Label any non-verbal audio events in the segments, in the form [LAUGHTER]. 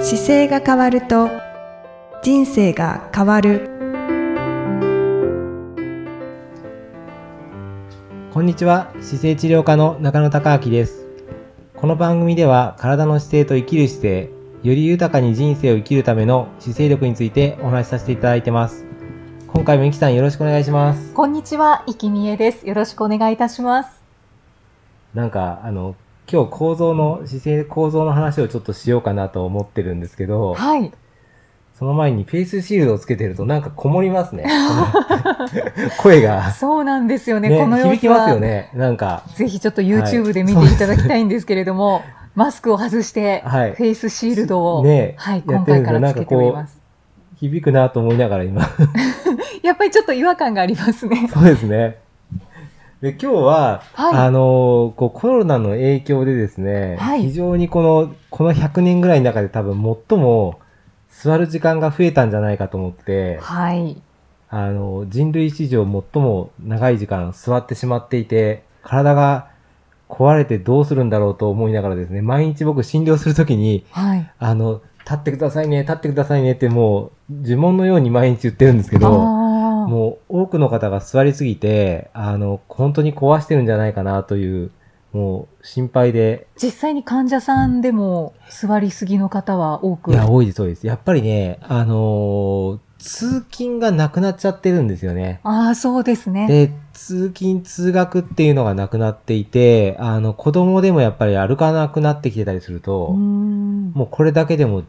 姿勢が変わると人生が変わるこんにちは姿勢治療科の中野孝明ですこの番組では体の姿勢と生きる姿勢より豊かに人生を生きるための姿勢力についてお話しさせていただいてます今回もゆきさんよろしくお願いしますこんにちは、いきみえです。よろしくお願いいたします。なんかあの今日構造の姿勢構造の話をちょっとしようかなと思ってるんですけどはい。その前にフェイスシールドをつけてるとなんかこもりますね [LAUGHS] 声がそうなんですよね、ねこの様子は響きますよねなんかぜひちょっと YouTube で見ていただきたいんですけれども、マスクを外して、はいフェイスシールドを、ねはい、や今ってるんです回かよらつけております。響くなと思いながら今 [LAUGHS] やっぱりちょっと違和感がありますね。そうですね。で今日は、はいあのーこうコロナの影響でですね、はい非常にこのこの100年ぐらいの中で多分最も座る時間が増えたんじゃないかと思って、はい。あのー人類史上最も長い時間座ってしまっていて体が壊れてどうするんだろうと思いながらですね毎日僕診療するときにはい。あの立ってくださいね立ってくださいねってもう呪文のように毎日言ってるんですけあど。ーもう多くの方が座りすぎて、あの、本当に壊してるんじゃないかなという、もう心配で、実際に患者さんでも座りすぎの方は多いく。や、多いです、多いです。やっぱりね、あのー通勤がなくなっちゃってるんですよね。ああ、そうですね。で、通勤、通学っていうのがなくなっていて、あの、子供でもやっぱり歩かなくなってきてたりするうと、ーん。もうこれだけでも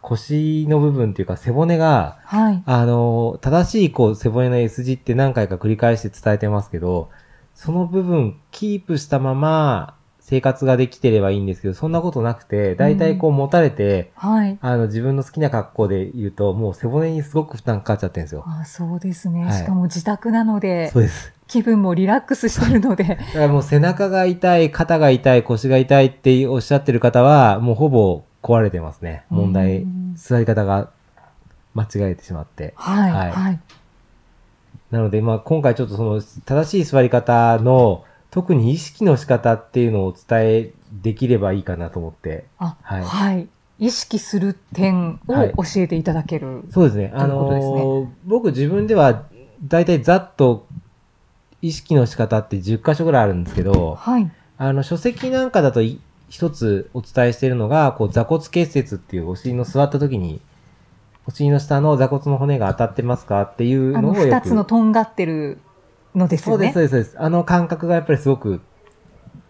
腰の部分っていうか背骨がはい。あの、正しいこう背骨の S 字って何回か繰り返して伝えてますけど、その部分キープしたまま生活ができてればいいんですけど、そんなことなくて、だいたいこう持たれて、はい。あの自分の好きな格好で言うと、もう背骨にすごく負担かかっちゃってるんですよ。あーそうですね、はいしかも自宅なのでそうです。気分もリラックスしてるのでだからもう背中が痛い、肩が痛い、腰が痛いっておっしゃってる方は、もうほぼ壊れてますね。 [LAUGHS] 問う題、ん座り方が間違えてしまって。はいははいい、なので、まあ、今回ちょっとその正しい座り方の特に意識の仕方っていうのをお伝えできればいいかなと思って。あははいい、意識する点をはい教えていただける、そうですね。あのというこー僕自分では大体ざっと意識の仕方って10箇所ぐらいあるんですけど、はいあの書籍なんかだとい一つお伝えしているのが、こう座骨結節っていうお尻の座った時に、お尻の下の座骨の骨が当たってますかっていうあののをよく。 2つのとんがってるのですそうよです、ねそうです、そうです。あの感覚がやっぱりすごく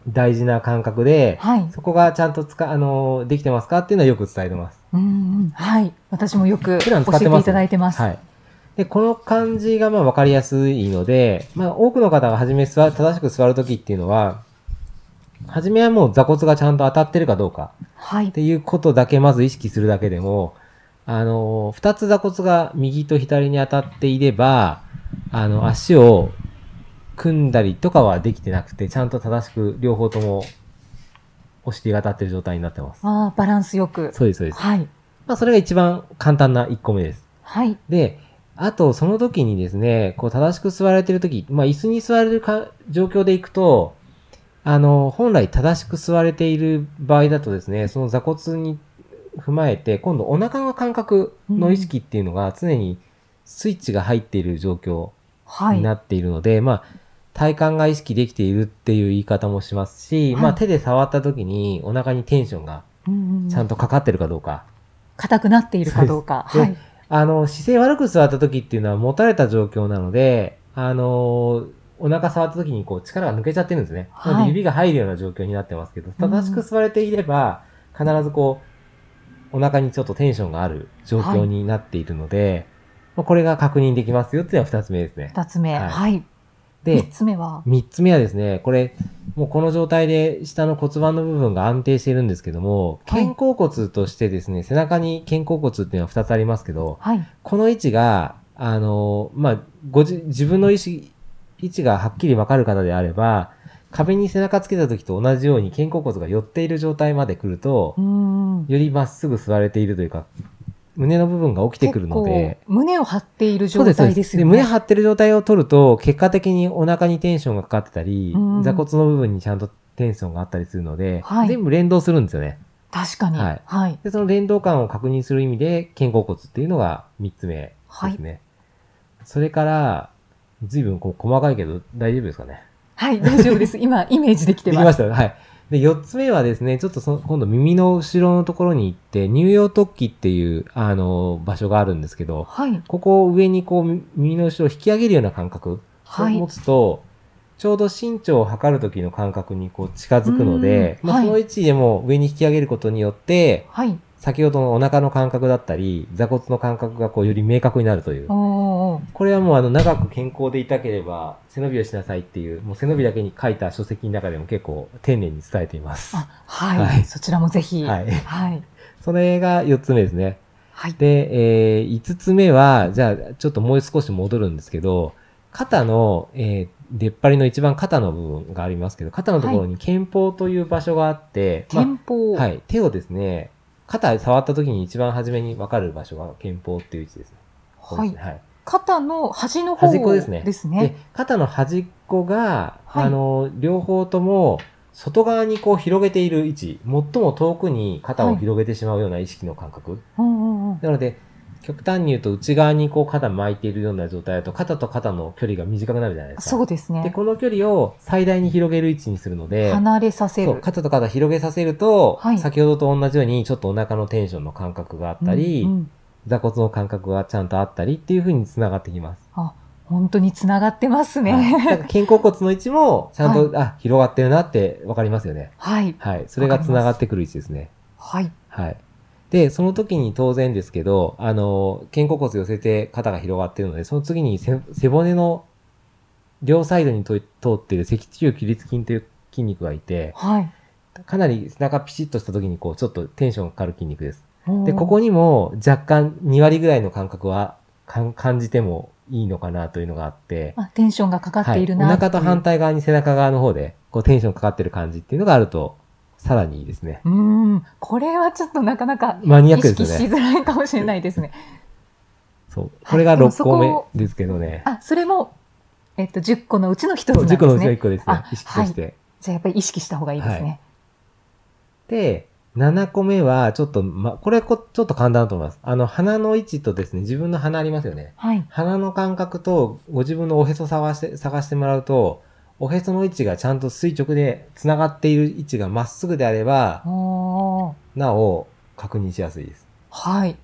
大事な感覚で、はいそこがちゃんとつか、あの、できてますかっていうのはよく伝えてます。うんうんはい私もよく普教段え使っててますいただいてますはい。で、この感じがまあ分かりやすいので、まあ多くの方が初め座る、正しく座るときっていうのは、初めはもう座骨がちゃんと当たってるかどうかはい、っていうことだけまず意識するだけでも、あの、二つ座骨が右と左に当たっていれば、あの、足を組んだりとかはできてなくて、ちゃんと正しく両方ともお尻が当たってる状態になってます。あーバランスよくそうです、そうです。はいまあ、それが一番簡単な1個目です。はいで、あと、その時にですね、こう、正しく座られてる時、まあ、椅子に座れるか状況でいくと、あの、本来正しく座れている場合だとですね、その座骨に踏まえて、今度お腹の感覚の意識っていうのが常にスイッチが入っている状況はにいなっているので、まあ、体幹が意識できているっていう言い方もしますし、はいまあ、手で触った時にお腹にテンションがうんうんちゃんとかかってるかどうか、硬くなっているかどうかそうはですいあの、姿勢悪く座った時っていうのは持たれた状況なので、あのお腹触った時にこう力が抜けちゃってるんですね。はいなので指が入るような状況になってますけど、正しく座れていれば、必ずこう、お腹にちょっとテンションがある状況になっているので、まあこれが確認できますよっていうのは二つ目ですね。 2つ目ははいい、で3、つ目は三つ目はですね、これ、もうこの状態で下の骨盤の部分が安定しているんですけども、はい肩甲骨としてですね、背中に肩甲骨っていうのは二つありますけど、はいこの位置が、あの、まあ、ごじ、自分の意思、位置がはっきりわかる方であれば、壁に背中つけた時と同じように肩甲骨が寄っている状態まで来るとう、んよりまっすぐ座れているというか、胸の部分が起きてくるので、結構胸を張っているそう状態ですよね。胸張ってる状態を取ると、結果的にお腹にテンションがかかってたりう、ん座骨の部分にちゃんとテンションがあったりするので、はい全部連動するんですよね。確かに。ははいい。はい。で、その連動感を確認する意味で、肩甲骨っていうのが3つ目ではいすね。それから、随分こう細かいけど大丈夫ですかね。大丈 [LAUGHS] 夫です。今、イメージできてできます。ましたよはい。で、4つ目はですね、ちょっとその、今度耳の後ろのところに行って、乳幼突起っていう、あの、場所があるんですけど、はい。ここを上にこう、み耳の後ろを引き上げるような感覚をはい持。つと、ちょうど身長を測る時の感覚にこう近づくので、うんまあ、はいその位置でも上に引き上げることによって、はい。先ほどのお腹の感覚だったり、座骨の感覚がこうより明確になるというおー。おー。これはもうあの長く健康でいたければ背伸びをしなさいっていう、もう背伸びだけに書いた書籍の中でも結構丁寧に伝えています。はあ、はい。はいそちらもぜひ。はい。い。 [LAUGHS] はい。それが4つ目ですね。はい。で、え5つ目は、じゃあちょっともう少し戻るんですけど、肩の、えー出っ張りの一番肩の部分がありますけど、肩のところに肩峰という場所があって、まあ憲法。は。い、手をですね、肩触った時に一番初めに分かる場所が肩峰っていう位置ですね。ここはですいね。はい。肩の端の方端っこですねですでね。、肩の端っこが、はいあの、両方とも、外側にこう広げている位置、最も遠くに肩を広げてしまうような意識の感覚。うんうんうん。なので、極端に言うと内側にこう肩巻いているような状態だと、肩と肩の距離が短くなるじゃないですか。そうですで、ね。この距離を最大に広げる位置にするので、離れさせそうる。肩と肩広げさせると、はい先ほどと同じようにちょっとお腹のテンションの感覚があったり、うんうん座骨の感覚がちゃんとあったりっていう風に繋がってきます。本当につながってますはいだね。から肩甲骨の位置もちゃんと、あ広がってるなってわかりますよね。はい。はい、それが繋がってくる位置ですね。はい。はい。で、その時に当然ですけど、あの、肩甲骨寄せて肩が広がってるので、その次に背背骨の両サイドにと通っている脊柱起立筋という筋肉がいて、はい。かなり背中ピシッとした時にこう、ちょっとテンションがかかる筋肉です。おーで、ここにも若干2割ぐらいの感覚はかん感じてもいいのかなというのがあって、あテンションがかかっはていいるおな腹と反対側に背中側の方で、こうテンションかかってる感じっていうのがあると、さらにいいですね。うーん、これはちょっとなかなかマニア意ックです識よしね。づらいかもしれないですね。そう。これがでもそ6こを個目ですけどね。あ、それも、えっと、10個のうちの一そつなうんで10個のすうちの1ね。個ですねあ。意識として。じゃあやっぱり意識した方がいいですね。で、7個目は、ちょっと、ま、これこ、ちょっと簡単だと思います。あの、鼻の位置とですね、自分の鼻ありますよね。はい。鼻の感覚と、ご自分のおへそ探して、探してもらうと、おへその位置がちゃんと垂直で、繋がっている位置がまっすぐであれば、おーなお、確認しやすいです。はい。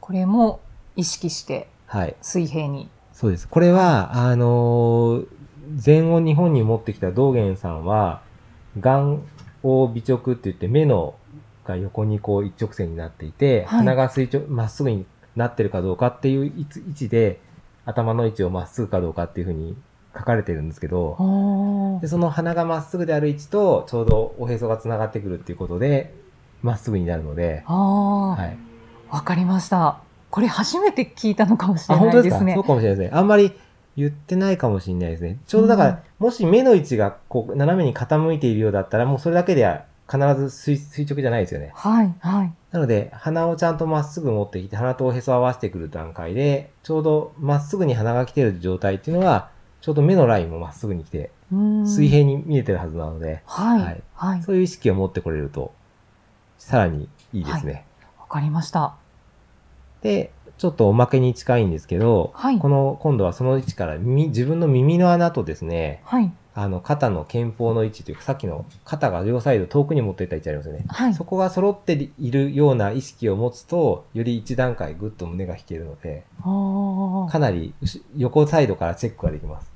これも意識してはい。水平に。そうです。これは、あのー前後日本に持ってきた道元さんは、眼王微直って言って目のが横にこう一直線になっていて、はい鼻が垂直、まっすぐになってるかどうかっていう位置位置で、頭の位置をまっすぐかどうかっていうふうに書かれてるんですけど、おーでその鼻がまっすぐである位置と、ちょうどおへそが繋がってくるっていうことで、まっすぐになるので、あー、わ、はい。かりました。これ初めて聞いたのかもしあ、れ本な当いでですすかね。そうかもしれないですね。あんまり言ってないかもしれないですね。ちょうどだから、うんもし目の位置がこう斜めに傾いているようだったら、もうそれだけでは必ず垂垂直じゃないですよね。はい、はい。なので、鼻をちゃんとまっすぐ持ってきて、鼻とおへそを合わせてくる段階で、ちょうどまっすぐに鼻が来ている状態っていうのは、ちょうど目のラインもまっすぐに来て、うーん水。平に見えてるはずなので、はい、ははいい。わ、そういう意識を持ってこれると、さらにいいですね。かりました。で、ちょっとおまけに近いんですけど、はいこの、今度はその位置から耳、自分の耳の穴とですね、はい、あの、肩の肩峰の位置というか、さっきの肩が両サイド遠くに持っていった位置ありますよね。はい。そこが揃っているような意識を持つと、より一段階ぐっと胸が引けるので、おーかなりうし横サイドからチェックができます。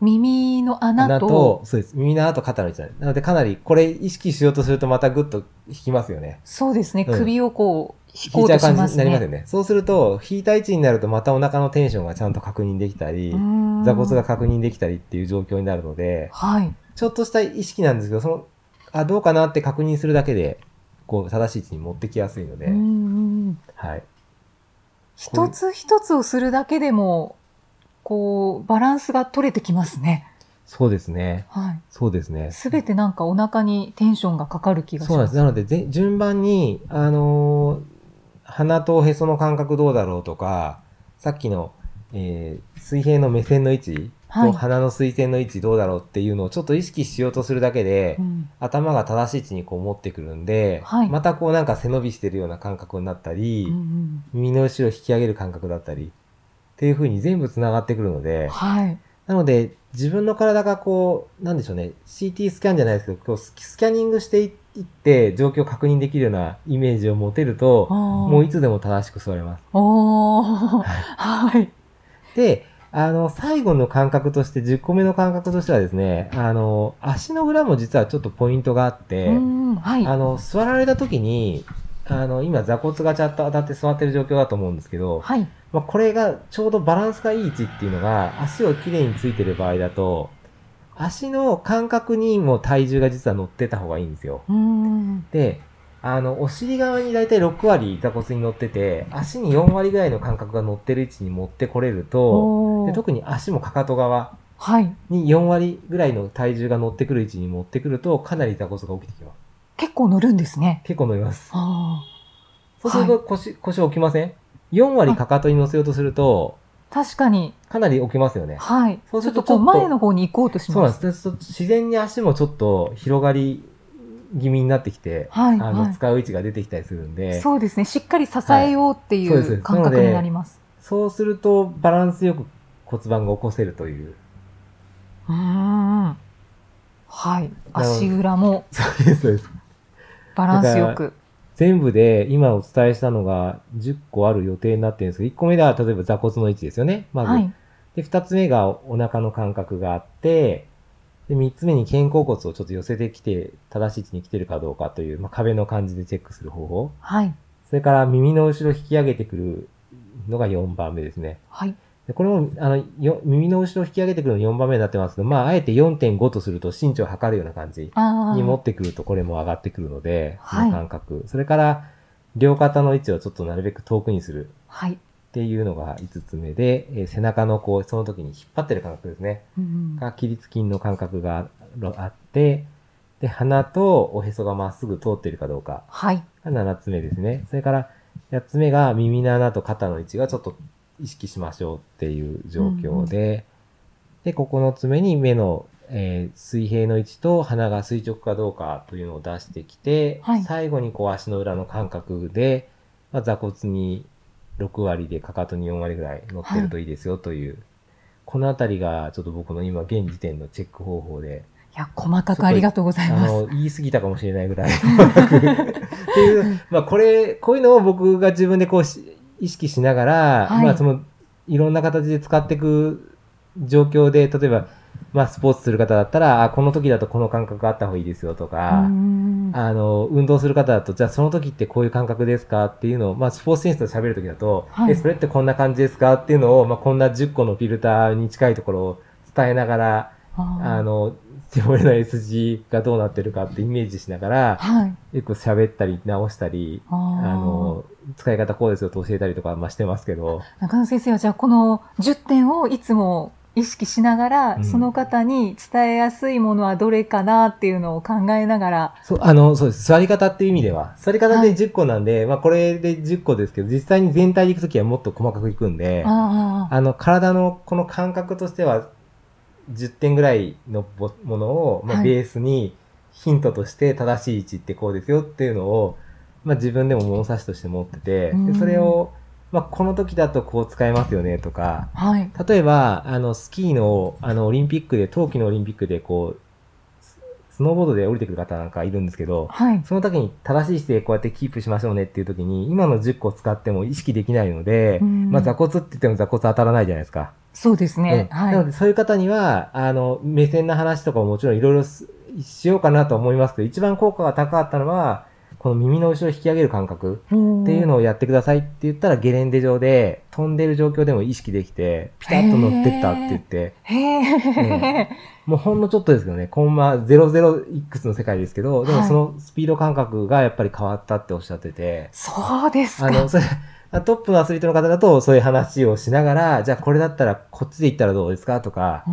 耳の穴穴とと、そうです。耳の穴と肩の位置なんですなので、かなりこれ意識しようとするとまたぐっと引きますよね。そうですね、うん首をこう引引こいうちゃとう感しじまにすなりますねよ。ね。そうすると、引いた位置になるとまたお腹のテンションがちゃんと確認できたり、座座骨が確認できたりっていう状況になるので、はい。ちょっとした意識なんですけど、その、あ、どうかなって確認するだけで、こう、正しい位置に持ってきやすいので、うんうんうんはい。一つ一つをするだけでも、こう、バランスが取れてきますね。そうですね。はい。そうですね。すべてなんかお腹にテンションがかかる気がしそうなんま。ですす。なので、ぜ順番に、あのー鼻とおへその感覚どうだろうとか、さっきの、えー水平の目線の位置、はい鼻の垂線の位置どうだろうっていうのをちょっと意識しようとするだけで、うん頭が正しい位置にこう持ってくるんで、はいまたこうなんか背伸びしてるような感覚になったり、うんうん耳の後ろを引き上げる感覚だったり、っていう風に全部繋がってくるので、はい。なので自分の体がこう、なんでしょうね、CT スキャンじゃないですけど、こうススキャニングしていって状況を確認できるようなイメージを持てると、ももういつでも正しく座れます。おーはい。で、あの、最後の感覚として、10個目の感覚としてはですね、あの、足の裏も実はちょっとポイントがあって、うんはい。あの、座られた時に、あの、今、座骨がちゃんと当たって座ってる状況だと思うんですけど、はい。まあ、これがちょうどバランスがいい位置っていうのが、足をきれいについてる場合だと、足の感覚にも体重が実は乗ってた方がいいんですよ。うんで、あの、お尻側にだいたい6割座骨に乗ってて、足に4割ぐらいの感覚が乗ってる位置に持ってこれると、おでー特に足もかかと側はい。に4割ぐらいの体重が乗ってくる位置に持ってくるとかなり座骨が起きてきます結構乗るんですね。結構乗りますあそうすると腰,、腰起きません ?4 割かかとに乗せようとするとー確かに。かなり起きますよねはい。そうちすょっるととこう前の方に行こうとしそうなんます。ですそうすると自然に足もちょっと広がり気味になってきて、はい。あのは使う位置が出てきたりするんでい。そうですね。しっかり支えようっていはいそうですう感覚になります。そうするとバランスよく骨盤が起こせるという [LAUGHS] うーん。なはい。ので足裏もそうですそうですバランスよく。全部で今お伝えしたのが10個ある予定になってるんですけど1個目では例えば座骨の位置ですよねまず、はい。で、二つ目がお腹の感覚があって、で、三つ目に肩甲骨をちょっと寄せてきて、正しい位置に来てるかどうかという、まあ、壁の感じでチェックする方法。はい。それから耳の後ろ引き上げてくるのが4番目ですね。はい。でこれも、あの、よ耳の後ろ引き上げてくるの4番目になってますけど、まあ、あえて4.5とすると身長を測るような感じあに持あ。ってくるとこれも上がってくるので、そはのい感覚。それから、両肩の位置をちょっとなるべく遠くにする。はい。っていうのが5つ目で、えー背中のこう、その時に引っ張ってる感覚ですね。うんが、起立筋の感覚があって、で、鼻とおへそがまっすぐ通ってるかどうかはい。が7つ目ですね。それから8つ目が耳の穴と肩の位置がちょっと意識しましょうっていう状況で、で、9つ目に目の、えー水平の位置と鼻が垂直かどうかというのを出してきて、はい最後にこう足の裏の感覚で、まあ、座骨に6割でかかとに4割ぐらい乗ってるといいですよという、このあたりがちょっと僕の今現時点のチェック方法で、いや、細かくありがとうございあます。の、言い過ぎたかもしれないぐ [LAUGHS] らい。っていう、まあこれ、こういうのを僕が自分でこうし意識しながら、はいまあその、いろんな形で使っていく状況で、例えば、まあスポーツする方だったら、あ、この時だとこの感覚があった方がいいですよとかう、んあの、運動する方だと、じゃあその時ってこういう感覚ですかっていうのを、まあスポーツ選手と喋る時だと、はいえ、それってこんな感じですかっていうのを、まあこんな10個のフィルターに近いところを伝えながら、ああの、手漏れの S g がどうなってるかってイメージしながーら、はい。よく喋ったり直したり、ああのの、使い方こうですよと教えたりとか、まあ、してますけど、中野先生はじゃあこの10点をいつも意識しながら、うんその方に伝えやすいものはどれかなっていうのを考えながら、そう、あの、そうです。座り方っていう意味では、座り方はでい10個なんで、まあ、これで10個ですけど、実際に全体でいくときはもっと細かくいくんで、あーあの、体のこの感覚としては、10点ぐらいのぼものを、まあ、はいベースに、ヒントとして正しい位置ってこうですよっていうのを、まあ、自分でも物差しとして持ってて、うでんそれを、まあ、この時だとこう使えますよねとか、はい。例えば、あの、スキーの、あの、オリンピックで、冬季のオリンピックで、こう、ススノーボードで降りてくる方なんかいるんですけど、はい。その時に正しい姿勢こうやってキープしましょうねっていう時に、今の10個使っても意識できないので、うんまあ座骨って言っても座骨当たらないじゃないですか。そうですね。うんはいなの。で、そういう方には、あの、目線の話とかももちろんいろいろすしようかなと思いますけど、一番効果が高かったのは、この耳の後ろ引き上げる感覚っっていうのをやってくださいって言ったら、ゲレンデ上で飛んでる状況でも意識できて、ピタッと乗ってったって言って、へえ、もうほんのちょっとですけどね、コンマ00いくつの世界ですけど、でもはいそのスピード感覚がやっぱり変わったっておっしゃってて、そうですあの、か。それ、トップのアスリートの方だとそういう話をしながら、じゃあこれだったらこっちで行ったらどうですかとか、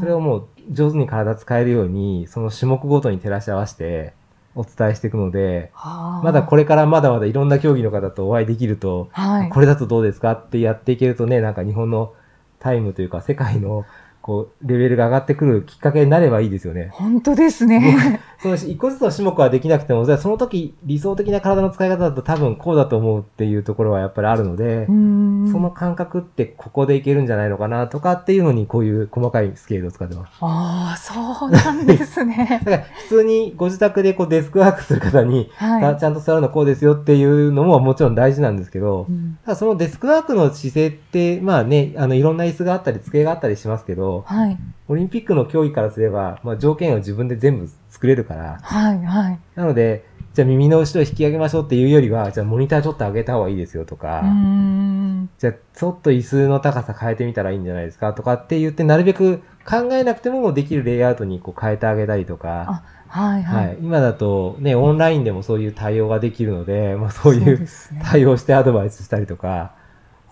それををもう上手に体使えるように、その種目ごとに照らし合わせてお伝えしていくので、ままだこれからまだまだいろんな競技の方とお会いできると、れ、はい、これだとどうですかってやっていけるとね、なんか日本のタイムというか世界のこう、レベルが上がってくるきっかけになればいいですよね。本当ですね。その一個ずつの種目はできなくても、じゃあその時理想的な体の使い方だと多分こうだと思うっていうところはやっぱりあるので [LAUGHS] う、んその感覚ってここでいけるんじゃないのかなとかっていうのにこういう細かいスケールを使ってます。ああ、そうなんですね。 [LAUGHS] だから普通にご自宅でこうデスクワークする方に、はい。ちゃんと座るのこうですよっていうのももちろん大事なんですけどう、んただそのデスクワークの姿勢って、まあね、あのいろんな椅子があったり机があったりしますけど、はい。オリンピックの競技からすれば、まあ条件を自分で全部作れるから、はい。はい。なので、じゃあ耳の後ろ引き上げましょうっていうよりは、じゃあモニターちょっと上げた方がいいですよとか、うん。じゃあちょっと椅子の高さ変えてみたらいいんじゃないですかとかって言って、なるべく考えなくてもできるレイアウトにこう変えてあげたりとか、はい。ははいい。、今だとね、オンラインでもそういう対応ができるので、まあそういそううですね対応してアドバイスしたりとか、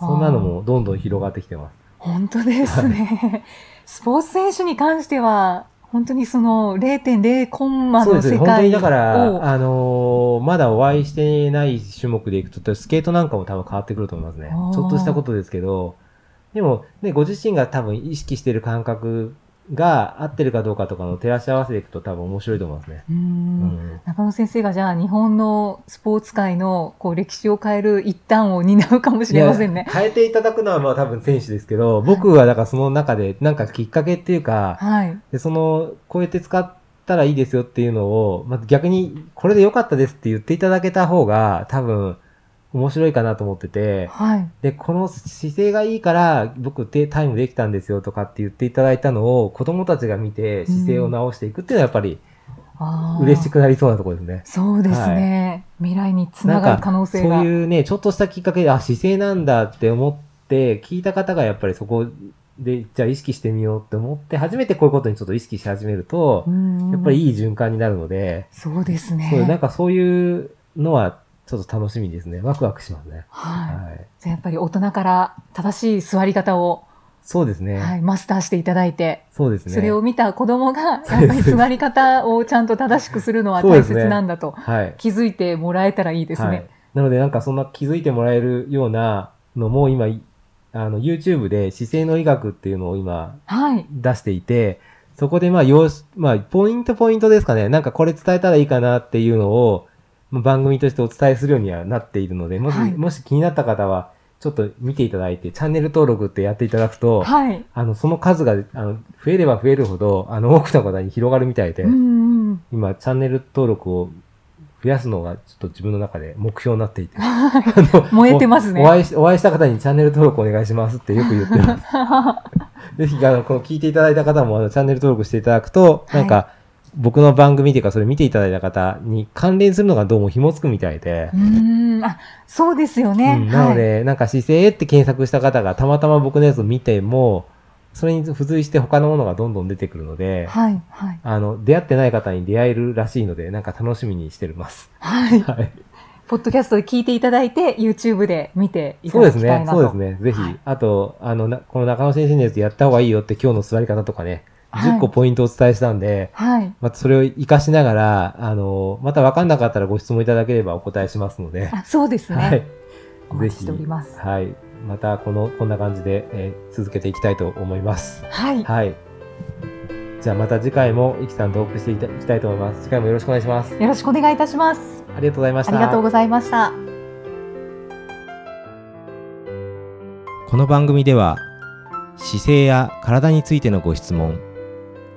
あーそんなのもどんどん広がってきてます。本当ですね。スポーツ選手に関しては、本当にその0.0コンマそうのです世ね。本当界にだから、をあのーまだお会いしてない種目でいくと、スケートなんかも多分変わってくると思いますね。あーちょっとしたことですけど、でも、ね、ご自身が多分意識してる感覚が合ってるかどうかとかの照らし合わせていくと多分面白いと思いますね。ううんん中野先生がじゃあ日本のスポーツ界のこう歴史を変える一端を担うかもしれませんねい。や変えていただくのはまあ多分選手ですけど、僕はだからその中でなんかきっかけっていうか、はい。でその、こうやって使ったらいいですよっていうのを、まあ、逆にこれで良かったですって言っていただけた方が多分面白いかなと思ってて、はい。で、この姿勢がいいから僕ってタイムできたんですよとかって言っていただいたのを子供たちが見て姿勢を直していくっていうのはやっぱりあー嬉しくなりそうなところですね。そうですね。未来につながる可能性なんかが。そういうね、ちょっとしたきっかけで、あ、姿勢なんだって思って、聞いた方がやっぱりそこで、じゃあ意識してみようって思って、初めてこういうことにちょっと意識し始めると、うんやっぱりいい循環になるので、そうですそうなんね。かそういうのはちょっと楽しみですね。ワクワクしますね。はい。はい。じゃあやっぱり大人から正しい座り方を、そうですね。はい、マスターしていただいて、そうですね。それを見た子供が、そうやでっぱすり座り方をちゃんと正しくするのはそうで大す切ねなんだとはい。気づいてもらえたらいいですはねい。。なのでなんかそんな気づいてもらえるようなのも今、あの、YouTube で姿勢の医学っていうのを今はい。出していて、そこでまあ、要し、まあ、ポイントポイントですかね。なんかこれ伝えたらいいかなっていうのを、まあ番組としてお伝えするようにはなっているので、もし、はいもし気になった方は、ちょっと見ていただいて、チャンネル登録ってやっていただくと、はい。あの、その数が、あの、増えれば増えるほど、あの、多くの方に広がるみたいで、うんうん。今、チャンネル登録を増やすのが、ちょっと自分の中で目標になっていて、はいあの燃えてますねおお会 [LAUGHS] いしお会いした方にチャンネル登録お願いしますってよく言ってます。 [LAUGHS] ぜひ、あの、この聞いていただいた方も、あの、チャンネル登録していただくと、はいなんか、僕の番組というか、それ見ていただいた方に関連するのがどうも紐つくみたいで、うん。あ、そうですようね。んなのはい。で、なんか姿勢って検索した方がたまたま僕のやつを見ても、それに付随して他のものがどんどん出てくるので、はい。はい。あの、出会ってない方に出会えるらしいので、なんか楽しみにしてます。はい。はい。ポッドキャストで聞いていただいて、YouTube で見ていそたうだできすたいね。なそと。うですね。ぜひはい。あと、あの、なこの中野先生のやつやった方がいいよって今日の座り方とかね、はい10個ポイントをお伝えしたんで、はい。またそれを活かしながら、あの、また分かんなかったらご質問いただければお答えしますので、あ、そうですはい。ね。ぜお待ちしておりますひはい。また、この、こんな感じで、えー続けていきたいと思います。はい。はい。じゃあまた次回も、いきさんとお送りしていたいきたいと思います。次回もよろしくお願いします。よろしくお願いいたします。ありがとうございましあた。りがとうございました。この番組では姿勢や体についてのご質問